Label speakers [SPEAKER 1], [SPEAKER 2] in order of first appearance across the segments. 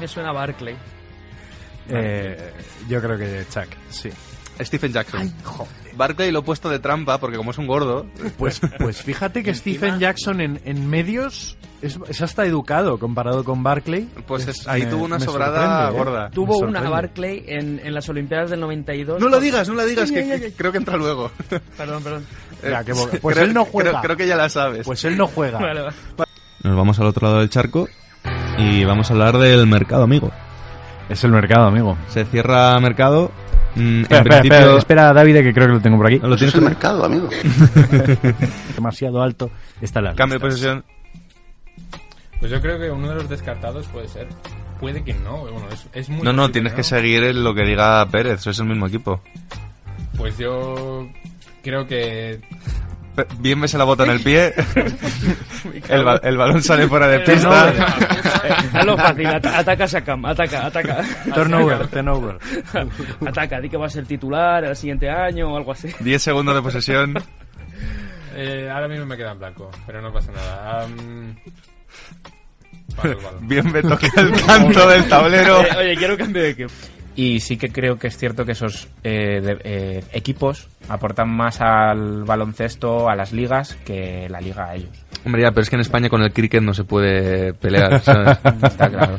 [SPEAKER 1] me suena a Barclay.
[SPEAKER 2] Eh, yo creo que Chuck, sí.
[SPEAKER 3] Stephen Jackson. Barclay lo he puesto de trampa porque como es un gordo,
[SPEAKER 2] Pues, pues fíjate que
[SPEAKER 1] Encima-
[SPEAKER 2] Stephen Jackson en, en medios es, es hasta educado comparado con Barclay.
[SPEAKER 3] pues es-
[SPEAKER 2] Es-
[SPEAKER 3] ahí
[SPEAKER 2] me-
[SPEAKER 3] tuvo una
[SPEAKER 2] me
[SPEAKER 3] sobrada
[SPEAKER 2] sorprende, ¿eh?
[SPEAKER 3] gorda.
[SPEAKER 1] Tuvo una
[SPEAKER 2] sorprende.
[SPEAKER 1] Barclay en, en las Olimpiadas del 92.
[SPEAKER 3] No lo digas, no la digas,
[SPEAKER 1] Ay,
[SPEAKER 3] que,
[SPEAKER 1] ay, ay, ay.
[SPEAKER 3] creo que entra luego.
[SPEAKER 1] Perdón, perdón.
[SPEAKER 2] Mira,
[SPEAKER 3] Eh,
[SPEAKER 2] qué bo- pues él no juega.
[SPEAKER 3] Creo, creo que ya la sabes.
[SPEAKER 2] Pues él no juega.
[SPEAKER 1] Vale, vale.
[SPEAKER 4] Nos vamos al otro lado del charco y vamos a hablar del mercado, amigo.
[SPEAKER 2] Es el mercado, amigo.
[SPEAKER 4] Se cierra mercado. mm,
[SPEAKER 2] Espera,
[SPEAKER 4] en
[SPEAKER 2] espera,
[SPEAKER 4] principio.
[SPEAKER 2] espera, espera, David, que creo que lo tengo por aquí.
[SPEAKER 4] ¿Lo tienes
[SPEAKER 5] Es el mercado, amigo.
[SPEAKER 2] Demasiado alto está la
[SPEAKER 3] Cambio de
[SPEAKER 2] lista.
[SPEAKER 3] posesión.
[SPEAKER 6] Pues yo creo que uno de los descartados puede ser. Puede que no, bueno, es, es muy.
[SPEAKER 3] No, no,
[SPEAKER 6] posible,
[SPEAKER 3] tienes que seguir en lo que diga Pérez, sois el mismo equipo.
[SPEAKER 6] Pues yo creo que.
[SPEAKER 3] Pe- Bien ves la bota en el pie, el, ba- el balón sale fuera de
[SPEAKER 1] Pero no,
[SPEAKER 3] pista.
[SPEAKER 1] Hazlo fácil, at- ataca a Sakam, ataca, ataca.
[SPEAKER 2] Turnover, turnover.
[SPEAKER 1] Ataca, di que va a ser titular el siguiente año o algo así.
[SPEAKER 3] 10 segundos de posesión.
[SPEAKER 6] eh, ahora mismo me queda en blanco, pero no pasa nada. Am, paso el balón.
[SPEAKER 3] Bien me toca el canto del tablero.
[SPEAKER 1] Eh, oye, quiero cambio de equipo.
[SPEAKER 7] Y sí que creo que es cierto que esos eh, de- eh, equipos aportan más al baloncesto, a las ligas, que la liga a ellos.
[SPEAKER 3] Hombre, ya, pero es que en España con el cricket no se puede pelear, ¿sabes?
[SPEAKER 7] Está claro.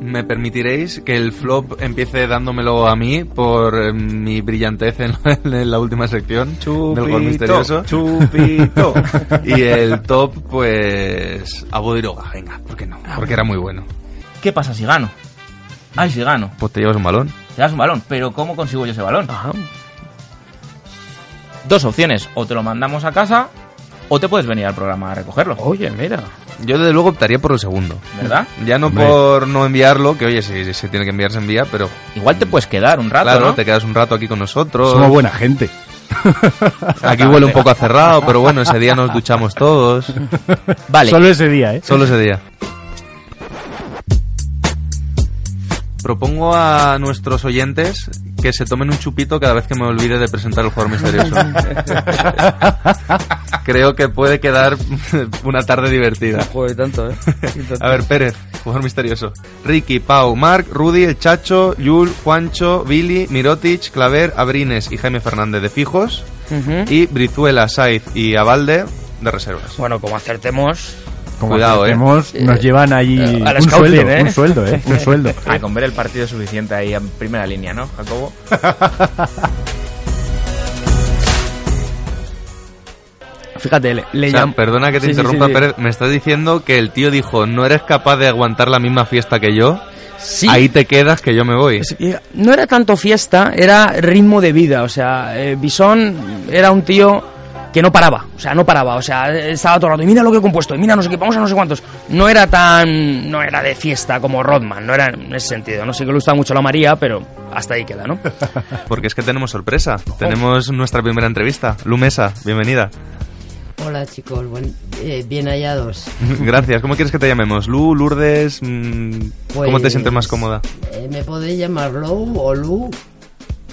[SPEAKER 3] ¿Me permitiréis que el flop empiece dándomelo a mí por eh, mi brillantez en, en la última sección del gol misterioso?
[SPEAKER 7] chupito.
[SPEAKER 3] Y el top, pues. A Bodiroga, venga, ¿por qué no? Porque era muy bueno.
[SPEAKER 7] ¿Qué pasa si gano? Ay, si gano.
[SPEAKER 3] Pues te llevas un balón.
[SPEAKER 7] Te das un balón, pero ¿cómo consigo yo ese balón?
[SPEAKER 3] Ajá.
[SPEAKER 7] Dos opciones, o te lo mandamos a casa o te puedes venir al programa a recogerlo,
[SPEAKER 6] Oye, mira.
[SPEAKER 3] Yo desde luego optaría por el segundo.
[SPEAKER 7] ¿verdad?
[SPEAKER 3] Ya no
[SPEAKER 2] Hombre.
[SPEAKER 3] por no enviarlo, que oye, si se tiene que enviar, se envía, pero
[SPEAKER 7] Igual te puedes quedar un rato,
[SPEAKER 3] claro,
[SPEAKER 7] ¿no?
[SPEAKER 3] te quedas un rato aquí con nosotros.
[SPEAKER 2] Somos buena gente.
[SPEAKER 3] Aquí huele un poco a cerrado, pero bueno, ese día nos duchamos todos.
[SPEAKER 7] Vale,
[SPEAKER 2] Solo ese día, ¿eh?
[SPEAKER 3] Solo ese día. Propongo a nuestros oyentes que se tomen un chupito cada vez que me olvide de presentar el jugador misterioso. Creo que puede quedar una tarde divertida.
[SPEAKER 1] Joder, tanto, ¿eh?
[SPEAKER 3] A ver, Pérez, jugador misterioso. Ricky, Pau, Marc, Rudy, El Chacho, Yul, Juancho, Billy, Mirotic, Claver, Abrines y Jaime Fernández de fijos.
[SPEAKER 1] Ujú.
[SPEAKER 3] Y Brizuela, Saiz y Abalde de reservas.
[SPEAKER 1] Bueno, como acertemos,
[SPEAKER 2] Como
[SPEAKER 3] Cuidado, eh.
[SPEAKER 2] acertemos, Nos llevan allí
[SPEAKER 1] Eh, al
[SPEAKER 2] un
[SPEAKER 1] scouting,
[SPEAKER 2] sueldo,
[SPEAKER 1] ¿eh?
[SPEAKER 2] un sueldo, ¿eh? Un sueldo.
[SPEAKER 7] Ah, con ver el partido es suficiente ahí en primera línea, ¿no, Jacobo?
[SPEAKER 1] fíjate, le, le
[SPEAKER 3] O sea,
[SPEAKER 1] llam-
[SPEAKER 3] perdona que te
[SPEAKER 1] Sí, sí,
[SPEAKER 3] interrumpa,
[SPEAKER 1] sí, sí.
[SPEAKER 3] Pérez. Me estás diciendo que el tío dijo, no eres capaz de aguantar la misma fiesta que yo.
[SPEAKER 1] Sí.
[SPEAKER 3] Ahí te quedas que yo me voy.
[SPEAKER 1] Es que No era tanto fiesta, era ritmo de vida. O sea, eh, Bison era un tío que no paraba. O sea, no paraba. O sea, estaba todo el rato. Y mira lo que he compuesto. Y mira, no sé qué. Vamos a no sé cuántos. No era tan. No era de fiesta como Rodman. No era en ese sentido. No sé que le gusta mucho la María, pero hasta ahí queda, ¿no?
[SPEAKER 3] Porque es que tenemos sorpresa. Tenemos nuestra primera entrevista. Lumesa, bienvenida.
[SPEAKER 8] Hola chicos, buen- eh, bien hallados.
[SPEAKER 3] Gracias. ¿Cómo quieres que te llamemos? Lu, Lourdes. mm, ¿Cómo te
[SPEAKER 8] Pues,
[SPEAKER 3] sientes más cómoda?
[SPEAKER 8] eh, me podéis llamar Lou o Lu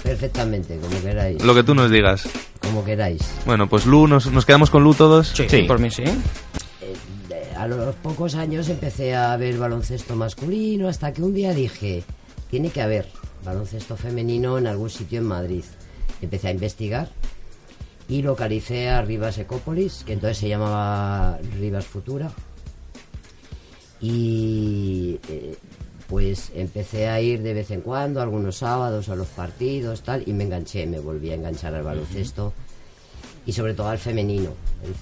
[SPEAKER 8] perfectamente, como queráis.
[SPEAKER 3] Lo que tú nos digas.
[SPEAKER 8] Como queráis.
[SPEAKER 3] Bueno, pues Lu, nos, nos quedamos con Lu todos.
[SPEAKER 7] Sí.
[SPEAKER 1] por mí sí.
[SPEAKER 8] Eh, A los pocos años empecé a ver baloncesto masculino hasta que un día dije, tiene que haber baloncesto femenino en algún sitio en Madrid. Empecé a investigar y localicé a Rivas Ecópolis, que entonces se llamaba Rivas Futura. y eh, pues empecé a ir de vez en cuando, algunos sábados a los partidos, tal, y me enganché, me volví a enganchar al baloncesto y sobre todo al femenino.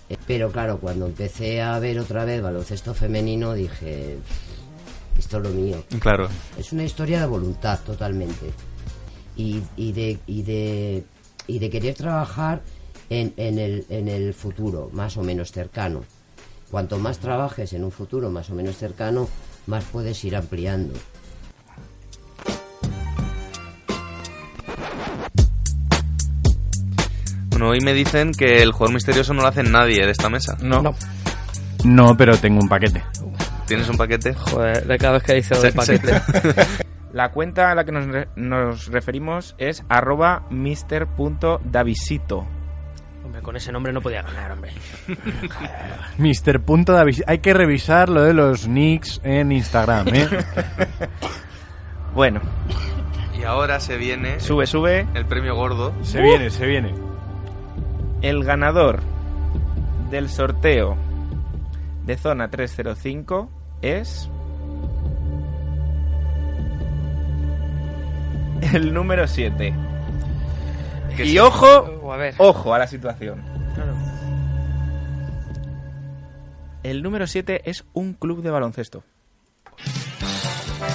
[SPEAKER 8] Eh, Pero claro, cuando empecé a ver otra vez baloncesto femenino dije, esto es lo mío.
[SPEAKER 3] Claro.
[SPEAKER 8] Es una historia de voluntad totalmente. Y, y de, y, de, y de querer trabajar en, en el, en el futuro, más o menos cercano. Cuanto más trabajes en un futuro más o menos cercano, más puedes ir ampliando.
[SPEAKER 3] Bueno, hoy me dicen que el jugador misterioso no lo hace nadie de esta mesa.
[SPEAKER 7] No.
[SPEAKER 2] No, pero tengo un paquete.
[SPEAKER 3] ¿Tienes un paquete?
[SPEAKER 1] Joder, de cada vez que dice
[SPEAKER 3] Se- se-
[SPEAKER 7] La cuenta a la que nos, re- nos referimos es arroba mister.davisito.
[SPEAKER 1] hombre, con ese nombre no podía ganar, hombre.
[SPEAKER 2] Mr. Punto de avis- Hay que revisar lo de los nicks en Instagram, ¿eh?
[SPEAKER 7] Bueno,
[SPEAKER 3] Y ahora se viene
[SPEAKER 7] sube, sube.
[SPEAKER 3] el premio gordo.
[SPEAKER 2] se viene, se viene.
[SPEAKER 7] Uh. El ganador del sorteo de zona 305 es. El número 7.
[SPEAKER 3] Que
[SPEAKER 7] y
[SPEAKER 3] se-
[SPEAKER 7] ojo,
[SPEAKER 1] O Oh, a ver.
[SPEAKER 7] ojo a la situación.
[SPEAKER 1] claro.
[SPEAKER 7] El número 7 es un club de baloncesto.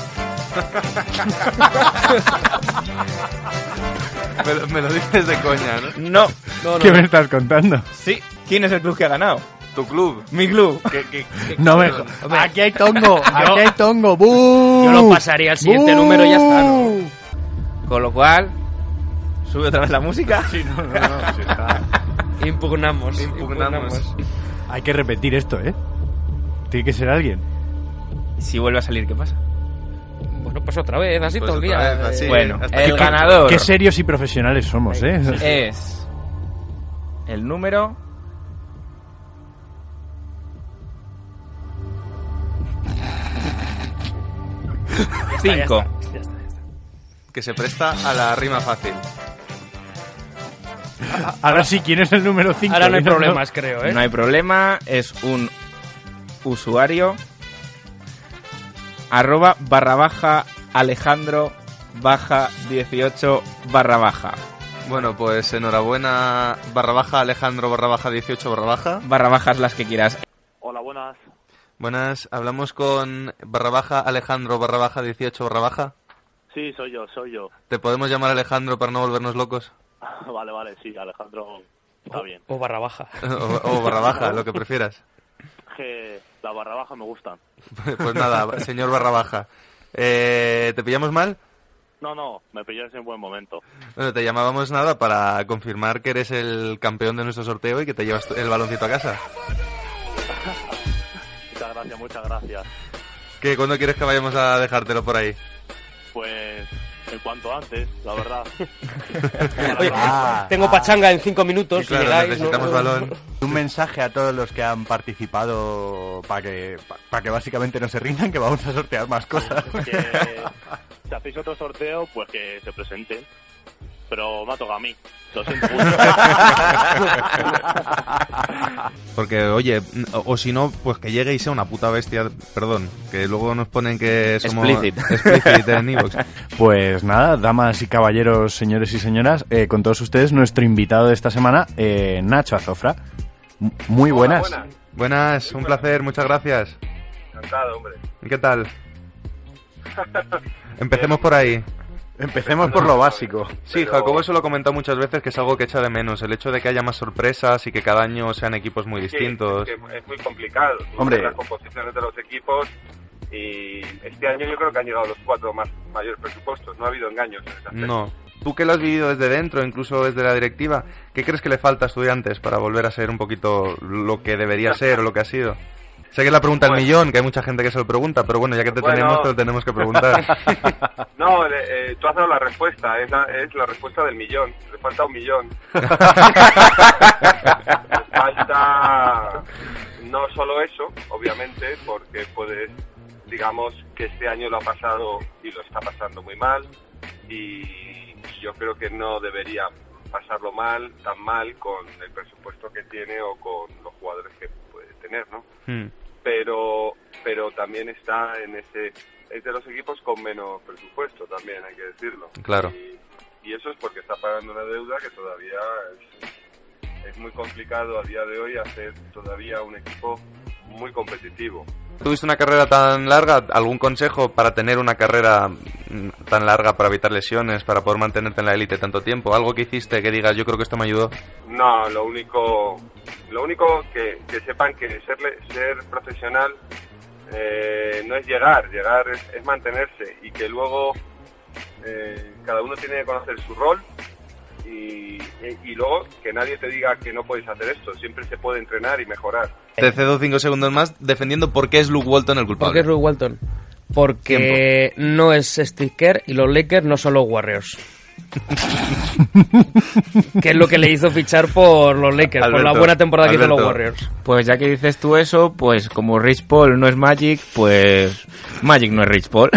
[SPEAKER 3] Me, lo- me lo dices de coña, ¿no?
[SPEAKER 7] No,
[SPEAKER 2] ¿Qué me estás contando?
[SPEAKER 7] sí. ¿Quién es el club que ha ganado?
[SPEAKER 3] Tu club.
[SPEAKER 7] Mi club.
[SPEAKER 3] ¿Qué- qué- qué-
[SPEAKER 2] No me...
[SPEAKER 3] cabrón.
[SPEAKER 1] Hombre.
[SPEAKER 2] Aquí hay tongo, aquí hay tongo. ¡Bú!
[SPEAKER 1] Yo lo pasaría al siguiente
[SPEAKER 2] ¡Bú!
[SPEAKER 1] número y ya está, ¿no?
[SPEAKER 7] Con lo cual, sube otra vez la música.
[SPEAKER 1] Impugnamos.
[SPEAKER 3] Impugnamos.
[SPEAKER 2] Hay que repetir esto, ¿eh? Tiene que ser alguien.
[SPEAKER 7] Si vuelve a salir, ¿qué pasa?
[SPEAKER 1] Bueno, pues otra vez, así
[SPEAKER 3] Pues
[SPEAKER 1] todo el día.
[SPEAKER 3] otra vez, así. Sí,
[SPEAKER 7] bueno,
[SPEAKER 3] hasta
[SPEAKER 7] el
[SPEAKER 3] que-
[SPEAKER 7] ganador
[SPEAKER 2] Qué serios y profesionales somos, ¿eh?
[SPEAKER 7] es el número. Cinco.
[SPEAKER 3] Que se presta a la rima fácil.
[SPEAKER 2] Ahora sí, ¿quién es el número 5?
[SPEAKER 1] Ahora no hay problemas, creo, ¿eh?
[SPEAKER 7] No hay problema, es un usuario. Arroba barra baja Alejandro baja 18 barra baja.
[SPEAKER 3] Bueno, pues enhorabuena, barra baja, Alejandro, barra baja, 18, barra baja.
[SPEAKER 7] Barra bajas las que quieras.
[SPEAKER 5] Hola, buenas.
[SPEAKER 3] Buenas, hablamos con barra baja, Alejandro, barra baja, 18, barra baja.
[SPEAKER 5] Sí, soy yo, soy yo.
[SPEAKER 3] ¿Te podemos llamar Alejandro para no volvernos locos?
[SPEAKER 5] Vale, vale, sí, Alejandro está bien.
[SPEAKER 1] O barra baja.
[SPEAKER 3] O, o barra baja, lo que prefieras.
[SPEAKER 5] Que la barra baja me gustan.
[SPEAKER 3] Pues nada, señor barra baja. Eh, ¿Te pillamos mal?
[SPEAKER 5] No, no, me pillas en buen momento.
[SPEAKER 3] Bueno, te llamábamos nada para confirmar que eres el campeón de nuestro sorteo y que te llevas tu- el baloncito a casa.
[SPEAKER 5] Muchas gracias, muchas gracias.
[SPEAKER 3] ¿Qué, ¿Cuándo quieres que vayamos a dejártelo por ahí?
[SPEAKER 5] Pues en cuanto antes, la verdad.
[SPEAKER 1] Oye, tengo pachanga en cinco minutos.
[SPEAKER 3] Sí, claro,
[SPEAKER 1] si llegáis, ¿no?
[SPEAKER 3] necesitamos balón.
[SPEAKER 9] Un mensaje a todos los que han participado para que, para que básicamente no se rindan, que vamos a sortear más cosas.
[SPEAKER 5] Que si hacéis otro sorteo, pues que se presenten. Pero me ha tocado a mí. Lo siento mucho.
[SPEAKER 3] Porque, oye, o, o si no, pues que llegue y sea una puta bestia. Perdón, que luego nos ponen que somos.
[SPEAKER 7] Explicit.
[SPEAKER 3] Explicit en Evox.
[SPEAKER 2] Pues nada, damas y caballeros, señores y señoras, eh, con todos ustedes nuestro invitado de esta semana, eh, Nacho Azofra. M- Muy buenas.
[SPEAKER 3] Buenas, un placer, muchas gracias.
[SPEAKER 5] Encantado, hombre.
[SPEAKER 3] ¿Qué tal? Empecemos por ahí.
[SPEAKER 9] Empecemos por lo básico.
[SPEAKER 3] Sí, Jacobo eso lo ha comentado muchas veces que es algo que echa de menos, el hecho de que haya más sorpresas y que cada año sean equipos muy distintos.
[SPEAKER 10] Es, que es muy complicado. Tú
[SPEAKER 9] Hombre.
[SPEAKER 10] ves Las composiciones de los equipos y este año yo creo que han llegado los cuatro más mayores presupuestos. No ha habido engaños. en ese aspecto.
[SPEAKER 3] No. Tú que lo has vivido desde dentro, incluso desde la directiva, ¿qué crees que le falta a estudiantes para volver a ser un poquito lo que debería ser o lo que ha sido? Sé que es la pregunta al
[SPEAKER 10] Bueno.
[SPEAKER 3] millón, que hay mucha gente que se lo pregunta, pero bueno, ya que te
[SPEAKER 10] Bueno.
[SPEAKER 3] tenemos, te lo tenemos que preguntar.
[SPEAKER 10] No, le- eh, tú has dado la respuesta. Es la, es la respuesta del millón. Le falta un millón. Le falta no solo eso, obviamente, porque puedes, digamos, que este año lo ha pasado y lo está pasando muy mal. Y yo creo que no debería pasarlo mal, tan mal, con el presupuesto que tiene o con los jugadores que puede tener, ¿no?
[SPEAKER 3] Hmm.
[SPEAKER 10] pero pero también está en ese es de los equipos con menos presupuesto también hay que decirlo
[SPEAKER 3] Claro.
[SPEAKER 10] y, y eso es porque está pagando una deuda que todavía es, es muy complicado a día de hoy hacer todavía un equipo muy competitivo
[SPEAKER 3] ¿Tuviste una carrera tan larga? ¿Algún consejo para tener una carrera mm, tan larga para evitar lesiones, para poder mantenerte en la élite tanto tiempo? ¿Algo que hiciste que digas, yo creo que esto me ayudó?
[SPEAKER 10] No, lo único, lo único que, que sepan que ser, ser profesional eh, no es llegar, llegar es, es mantenerse y que luego eh, cada uno tiene que conocer su rol y, y- y luego que nadie te diga que no puedes hacer esto, siempre se puede entrenar y mejorar.
[SPEAKER 3] Te cedo cinco segundos más defendiendo por qué es Luke Walton el culpable.
[SPEAKER 1] ¿Por qué es Luke Walton? Porque no es Steve Kerr y los Lakers no son los Warriors. que es lo que le hizo fichar por los Lakers, por la
[SPEAKER 7] Alberto,
[SPEAKER 1] buena temporada que hizo los
[SPEAKER 7] Alberto.
[SPEAKER 1] Warriors.
[SPEAKER 7] Pues ya que dices tú eso, pues como Rich Paul no es Magic, pues Magic no es Rich Paul.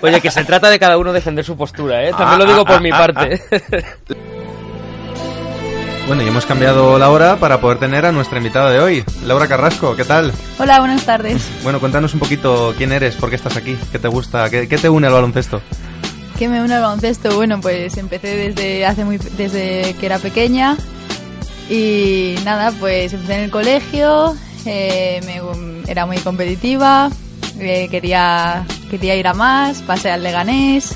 [SPEAKER 1] Oye, que se trata de cada uno defender su postura, ¿eh? También lo
[SPEAKER 7] Ah,
[SPEAKER 1] digo
[SPEAKER 7] ah,
[SPEAKER 1] por mi
[SPEAKER 7] ah,
[SPEAKER 1] parte.
[SPEAKER 3] Bueno, y hemos cambiado la hora para poder tener a nuestra invitada de hoy, Laura Carrasco. ¿Qué tal?
[SPEAKER 11] Hola, buenas tardes.
[SPEAKER 3] Bueno, cuéntanos un poquito quién eres, por qué estás aquí, qué te gusta, qué, qué te une al baloncesto.
[SPEAKER 11] ¿Qué me une al baloncesto? Bueno, pues empecé desde hace muy desde que era pequeña y nada, pues empecé en el colegio, eh, me gu- era muy competitiva, eh, quería quería ir a más, pasé al Leganés.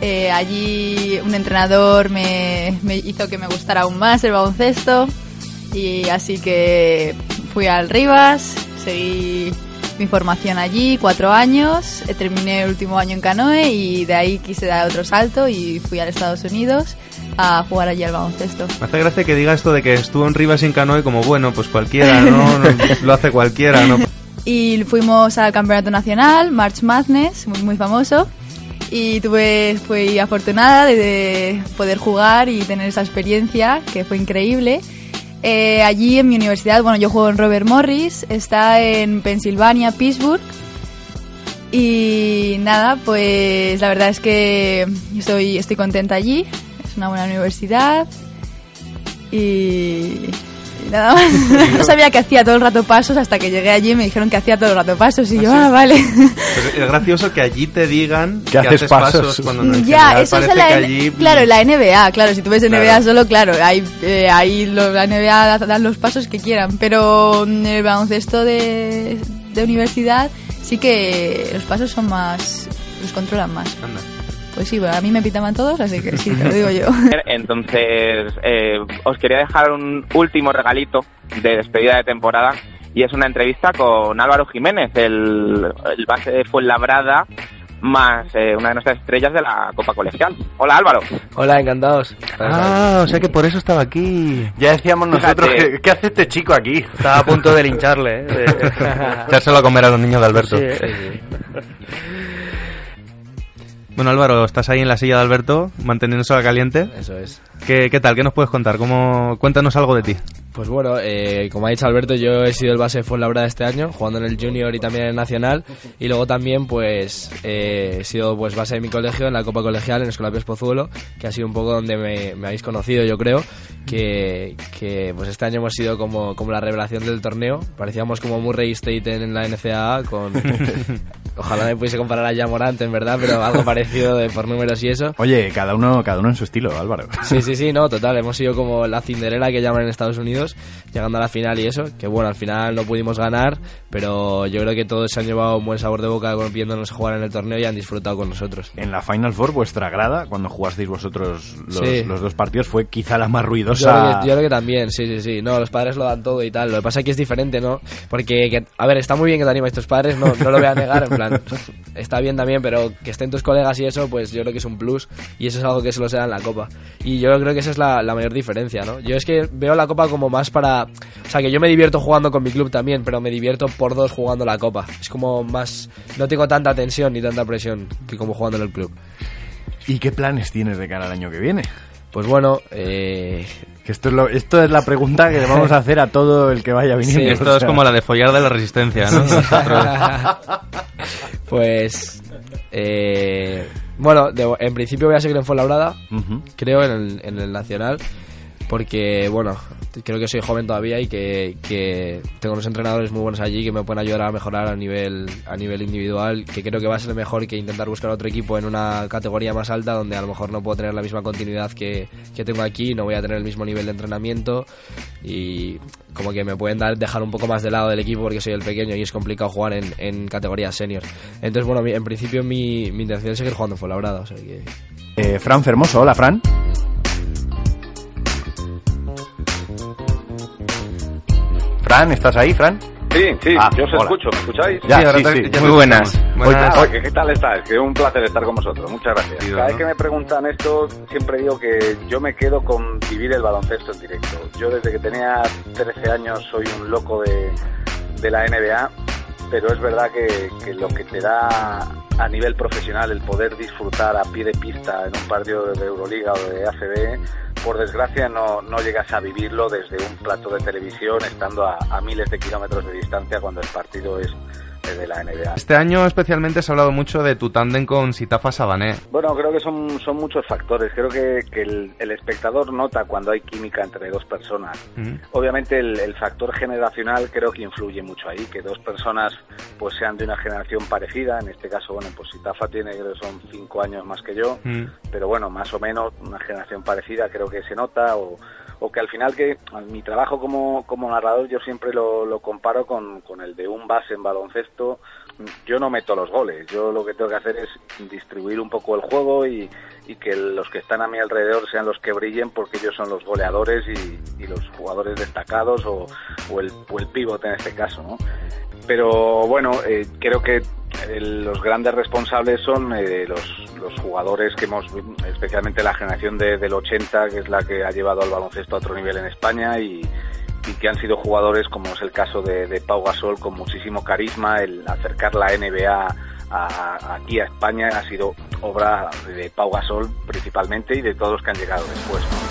[SPEAKER 11] eh, allí un entrenador me, me hizo que me gustara aún más el baloncesto y así que fui al Rivas, seguí mi formación allí, cuatro años, eh, terminé el último año en Canoe y de ahí quise dar otro salto y fui a Estados Unidos a jugar allí al baloncesto.
[SPEAKER 3] Me hace gracia que diga esto de que estuvo en Rivas y en Canoe como, bueno, pues cualquiera, ¿no? No, lo hace cualquiera, ¿no?
[SPEAKER 11] Y fuimos al campeonato nacional, March Madness, muy, muy famoso. Y tuve, fui afortunada de, de poder jugar y tener esa experiencia, que fue increíble. Eh, allí en mi universidad, bueno, yo juego en Robert Morris, está en Pensilvania, Pittsburgh. Y nada, pues la verdad es que estoy, estoy contenta allí, es una buena universidad. Y, y nada más. No sabía que hacía todo el rato pasos hasta que llegué allí y me dijeron que hacía todo el rato pasos y yo, ah, vale.
[SPEAKER 3] Pues es gracioso que allí te digan que,
[SPEAKER 2] haces pasos.
[SPEAKER 3] cuando no, en
[SPEAKER 11] ya,
[SPEAKER 3] general
[SPEAKER 11] eso es
[SPEAKER 3] parece
[SPEAKER 11] en la,
[SPEAKER 3] que
[SPEAKER 11] N-
[SPEAKER 3] allí...
[SPEAKER 11] claro, la NBA, claro, si tú ves NBA
[SPEAKER 3] Claro.
[SPEAKER 11] solo, claro, ahí, eh, ahí lo- la NBA da- dan los pasos que quieran, pero en el baloncesto de, de universidad sí que los pasos son más, los controlan más. Pues sí, bueno, a mí me pitaban todos, así que sí, te lo digo yo.
[SPEAKER 12] Entonces, eh, os quería dejar un último regalito de despedida de temporada y es una entrevista con Álvaro Jiménez, el, el base de Fuenlabrada, más eh, una de nuestras estrellas de la Copa Colegial. Hola Álvaro.
[SPEAKER 1] Hola, encantados.
[SPEAKER 9] Ah, o sea que por eso estaba aquí. Ya decíamos nosotros,
[SPEAKER 1] Fíjate.
[SPEAKER 9] ¿qué, qué hace este chico aquí?
[SPEAKER 1] Estaba a punto de lincharle, ¿eh?
[SPEAKER 3] Echárselo a comer a los niños de Alberto.
[SPEAKER 1] Sí, eh.
[SPEAKER 3] Bueno, Álvaro, estás ahí en la silla de Alberto, manteniéndose al caliente.
[SPEAKER 13] Eso es.
[SPEAKER 3] ¿Qué, qué tal? ¿Qué nos puedes contar? ¿Cómo... Cuéntanos algo de ti.
[SPEAKER 13] Pues bueno, eh, como ha dicho Alberto, yo he sido el base de Fuenlabrada este año, jugando en el Junior y también en el Nacional. Y luego también, pues, eh, he sido pues base de mi colegio, en la Copa Colegial, en Escolapios Pozuelo, que ha sido un poco donde me, me habéis conocido, yo creo. Que, que, pues este año hemos sido como, como la revelación del torneo. Parecíamos como Murray State en la NCAA con... Ojalá me pudiese comparar a Yamorante, en verdad, pero algo parecido de, por números y eso.
[SPEAKER 2] Oye, cada uno, cada uno en su estilo, Álvaro.
[SPEAKER 13] Sí, sí, sí, no, total. Hemos sido como la cinderela que llaman en Estados Unidos, llegando a la final y eso. Que bueno, al final no pudimos ganar, pero yo creo que todos se han llevado un buen sabor de boca con- viéndonos jugar en el torneo y han disfrutado con nosotros.
[SPEAKER 2] En la Final Four, pues, vuestra grada, cuando jugasteis vosotros los,
[SPEAKER 13] Sí.
[SPEAKER 2] los dos partidos, fue quizá la más
[SPEAKER 13] Yo creo,
[SPEAKER 2] ruidosa.
[SPEAKER 13] que, yo creo que también, sí, sí, sí. No, los padres lo dan todo y tal. Lo que pasa es que es diferente, ¿no? Porque, que- a ver, está muy bien que te animes tus padres, no, no lo voy a negar, en plan, está bien también, pero que estén tus colegas y eso, pues yo creo que es un plus y eso es algo que se lo se da en la copa. Y yo creo que esa es la, la mayor diferencia, ¿no? Yo es que veo la copa como más para... O sea, que yo me divierto jugando con mi club también, pero me divierto por dos jugando la copa. Es como más... No tengo tanta tensión ni tanta presión que como jugando en el club.
[SPEAKER 2] ¿Y qué planes tienes de cara al año que viene?
[SPEAKER 13] Pues bueno, eh...
[SPEAKER 2] Que esto es, lo- esto es la pregunta que le vamos a hacer a todo el que vaya viniendo.
[SPEAKER 3] Sí, esto
[SPEAKER 2] o
[SPEAKER 3] es
[SPEAKER 2] sea.
[SPEAKER 3] como la de follar de la resistencia, ¿no?
[SPEAKER 13] Pues. eh, bueno, de- en principio voy a seguir en Fuenlabrada,
[SPEAKER 2] Ujú.
[SPEAKER 13] creo, en el, en el Nacional. Porque, bueno, creo que soy joven todavía y que, que tengo unos entrenadores muy buenos allí que me pueden ayudar a mejorar a nivel, a nivel individual. Que creo que va a ser mejor que intentar buscar otro equipo en una categoría más alta donde a lo mejor no puedo tener la misma continuidad que, que tengo aquí, no voy a tener el mismo nivel de entrenamiento y como que me pueden dar, dejar un poco más de lado del equipo porque soy el pequeño y es complicado jugar en, en categoría senior. Entonces, bueno, mi- en principio mi, mi intención es seguir jugando en Fuenlabrada, o sea que...
[SPEAKER 2] Eh, Fran Fermoso, hola Fran. Fran, ¿estás ahí, Fran?
[SPEAKER 14] Sí, sí,
[SPEAKER 2] Ah,
[SPEAKER 14] yo os
[SPEAKER 2] hola.
[SPEAKER 14] escucho, ¿me escucháis?
[SPEAKER 2] Ya, Sí, ahora sí, te- sí. ya te
[SPEAKER 14] Muy buenas.
[SPEAKER 2] escuchamos.
[SPEAKER 14] Buenas.
[SPEAKER 2] Buenas.
[SPEAKER 14] Oye, ¿Qué tal estáis? Que un placer estar con vosotros, muchas gracias. Cada vez que me preguntan esto, siempre digo que yo me quedo con vivir el baloncesto en directo. Yo desde que tenía 13 años soy un loco de, de la NBA, pero es verdad que, que lo que te da a nivel profesional el poder disfrutar a pie de pista en un partido de Euroliga o de ACB, por desgracia no, no llegas a vivirlo desde un plato de televisión estando a, a miles de kilómetros de distancia cuando el partido es es de la NBA.
[SPEAKER 3] Este año especialmente se ha hablado mucho de tu tándem con Sitafa Sabané.
[SPEAKER 14] Bueno, creo que son, son muchos factores. Creo que, que el, el espectador nota cuando hay química entre dos personas. Obviamente el, el factor generacional creo que influye mucho ahí, que dos personas pues sean de una generación parecida. En este caso, bueno, pues Sitafa tiene, creo que son cinco años más que yo,
[SPEAKER 15] Mm.
[SPEAKER 14] pero bueno, más o menos una generación parecida creo que se nota o, o que al final que mi trabajo como, como narrador yo siempre lo, lo comparo con, con el de un base en baloncesto. Yo no meto los goles, yo lo que tengo que hacer es distribuir un poco el juego y, y que los que están a mi alrededor sean los que brillen porque ellos son los goleadores y, y los jugadores destacados o, o el, o el pívot en este caso. ¿no? Pero bueno, eh, creo que eh, los grandes responsables son eh, los, los jugadores que hemos, especialmente la generación de- del 80, que es la que ha llevado al baloncesto a otro nivel en España y, y que han sido jugadores, como es el caso de, de Pau Gasol, con muchísimo carisma, el acercar la NBA a- a- aquí a España ha sido obra de Pau Gasol principalmente y de todos los que han llegado después. ¿no?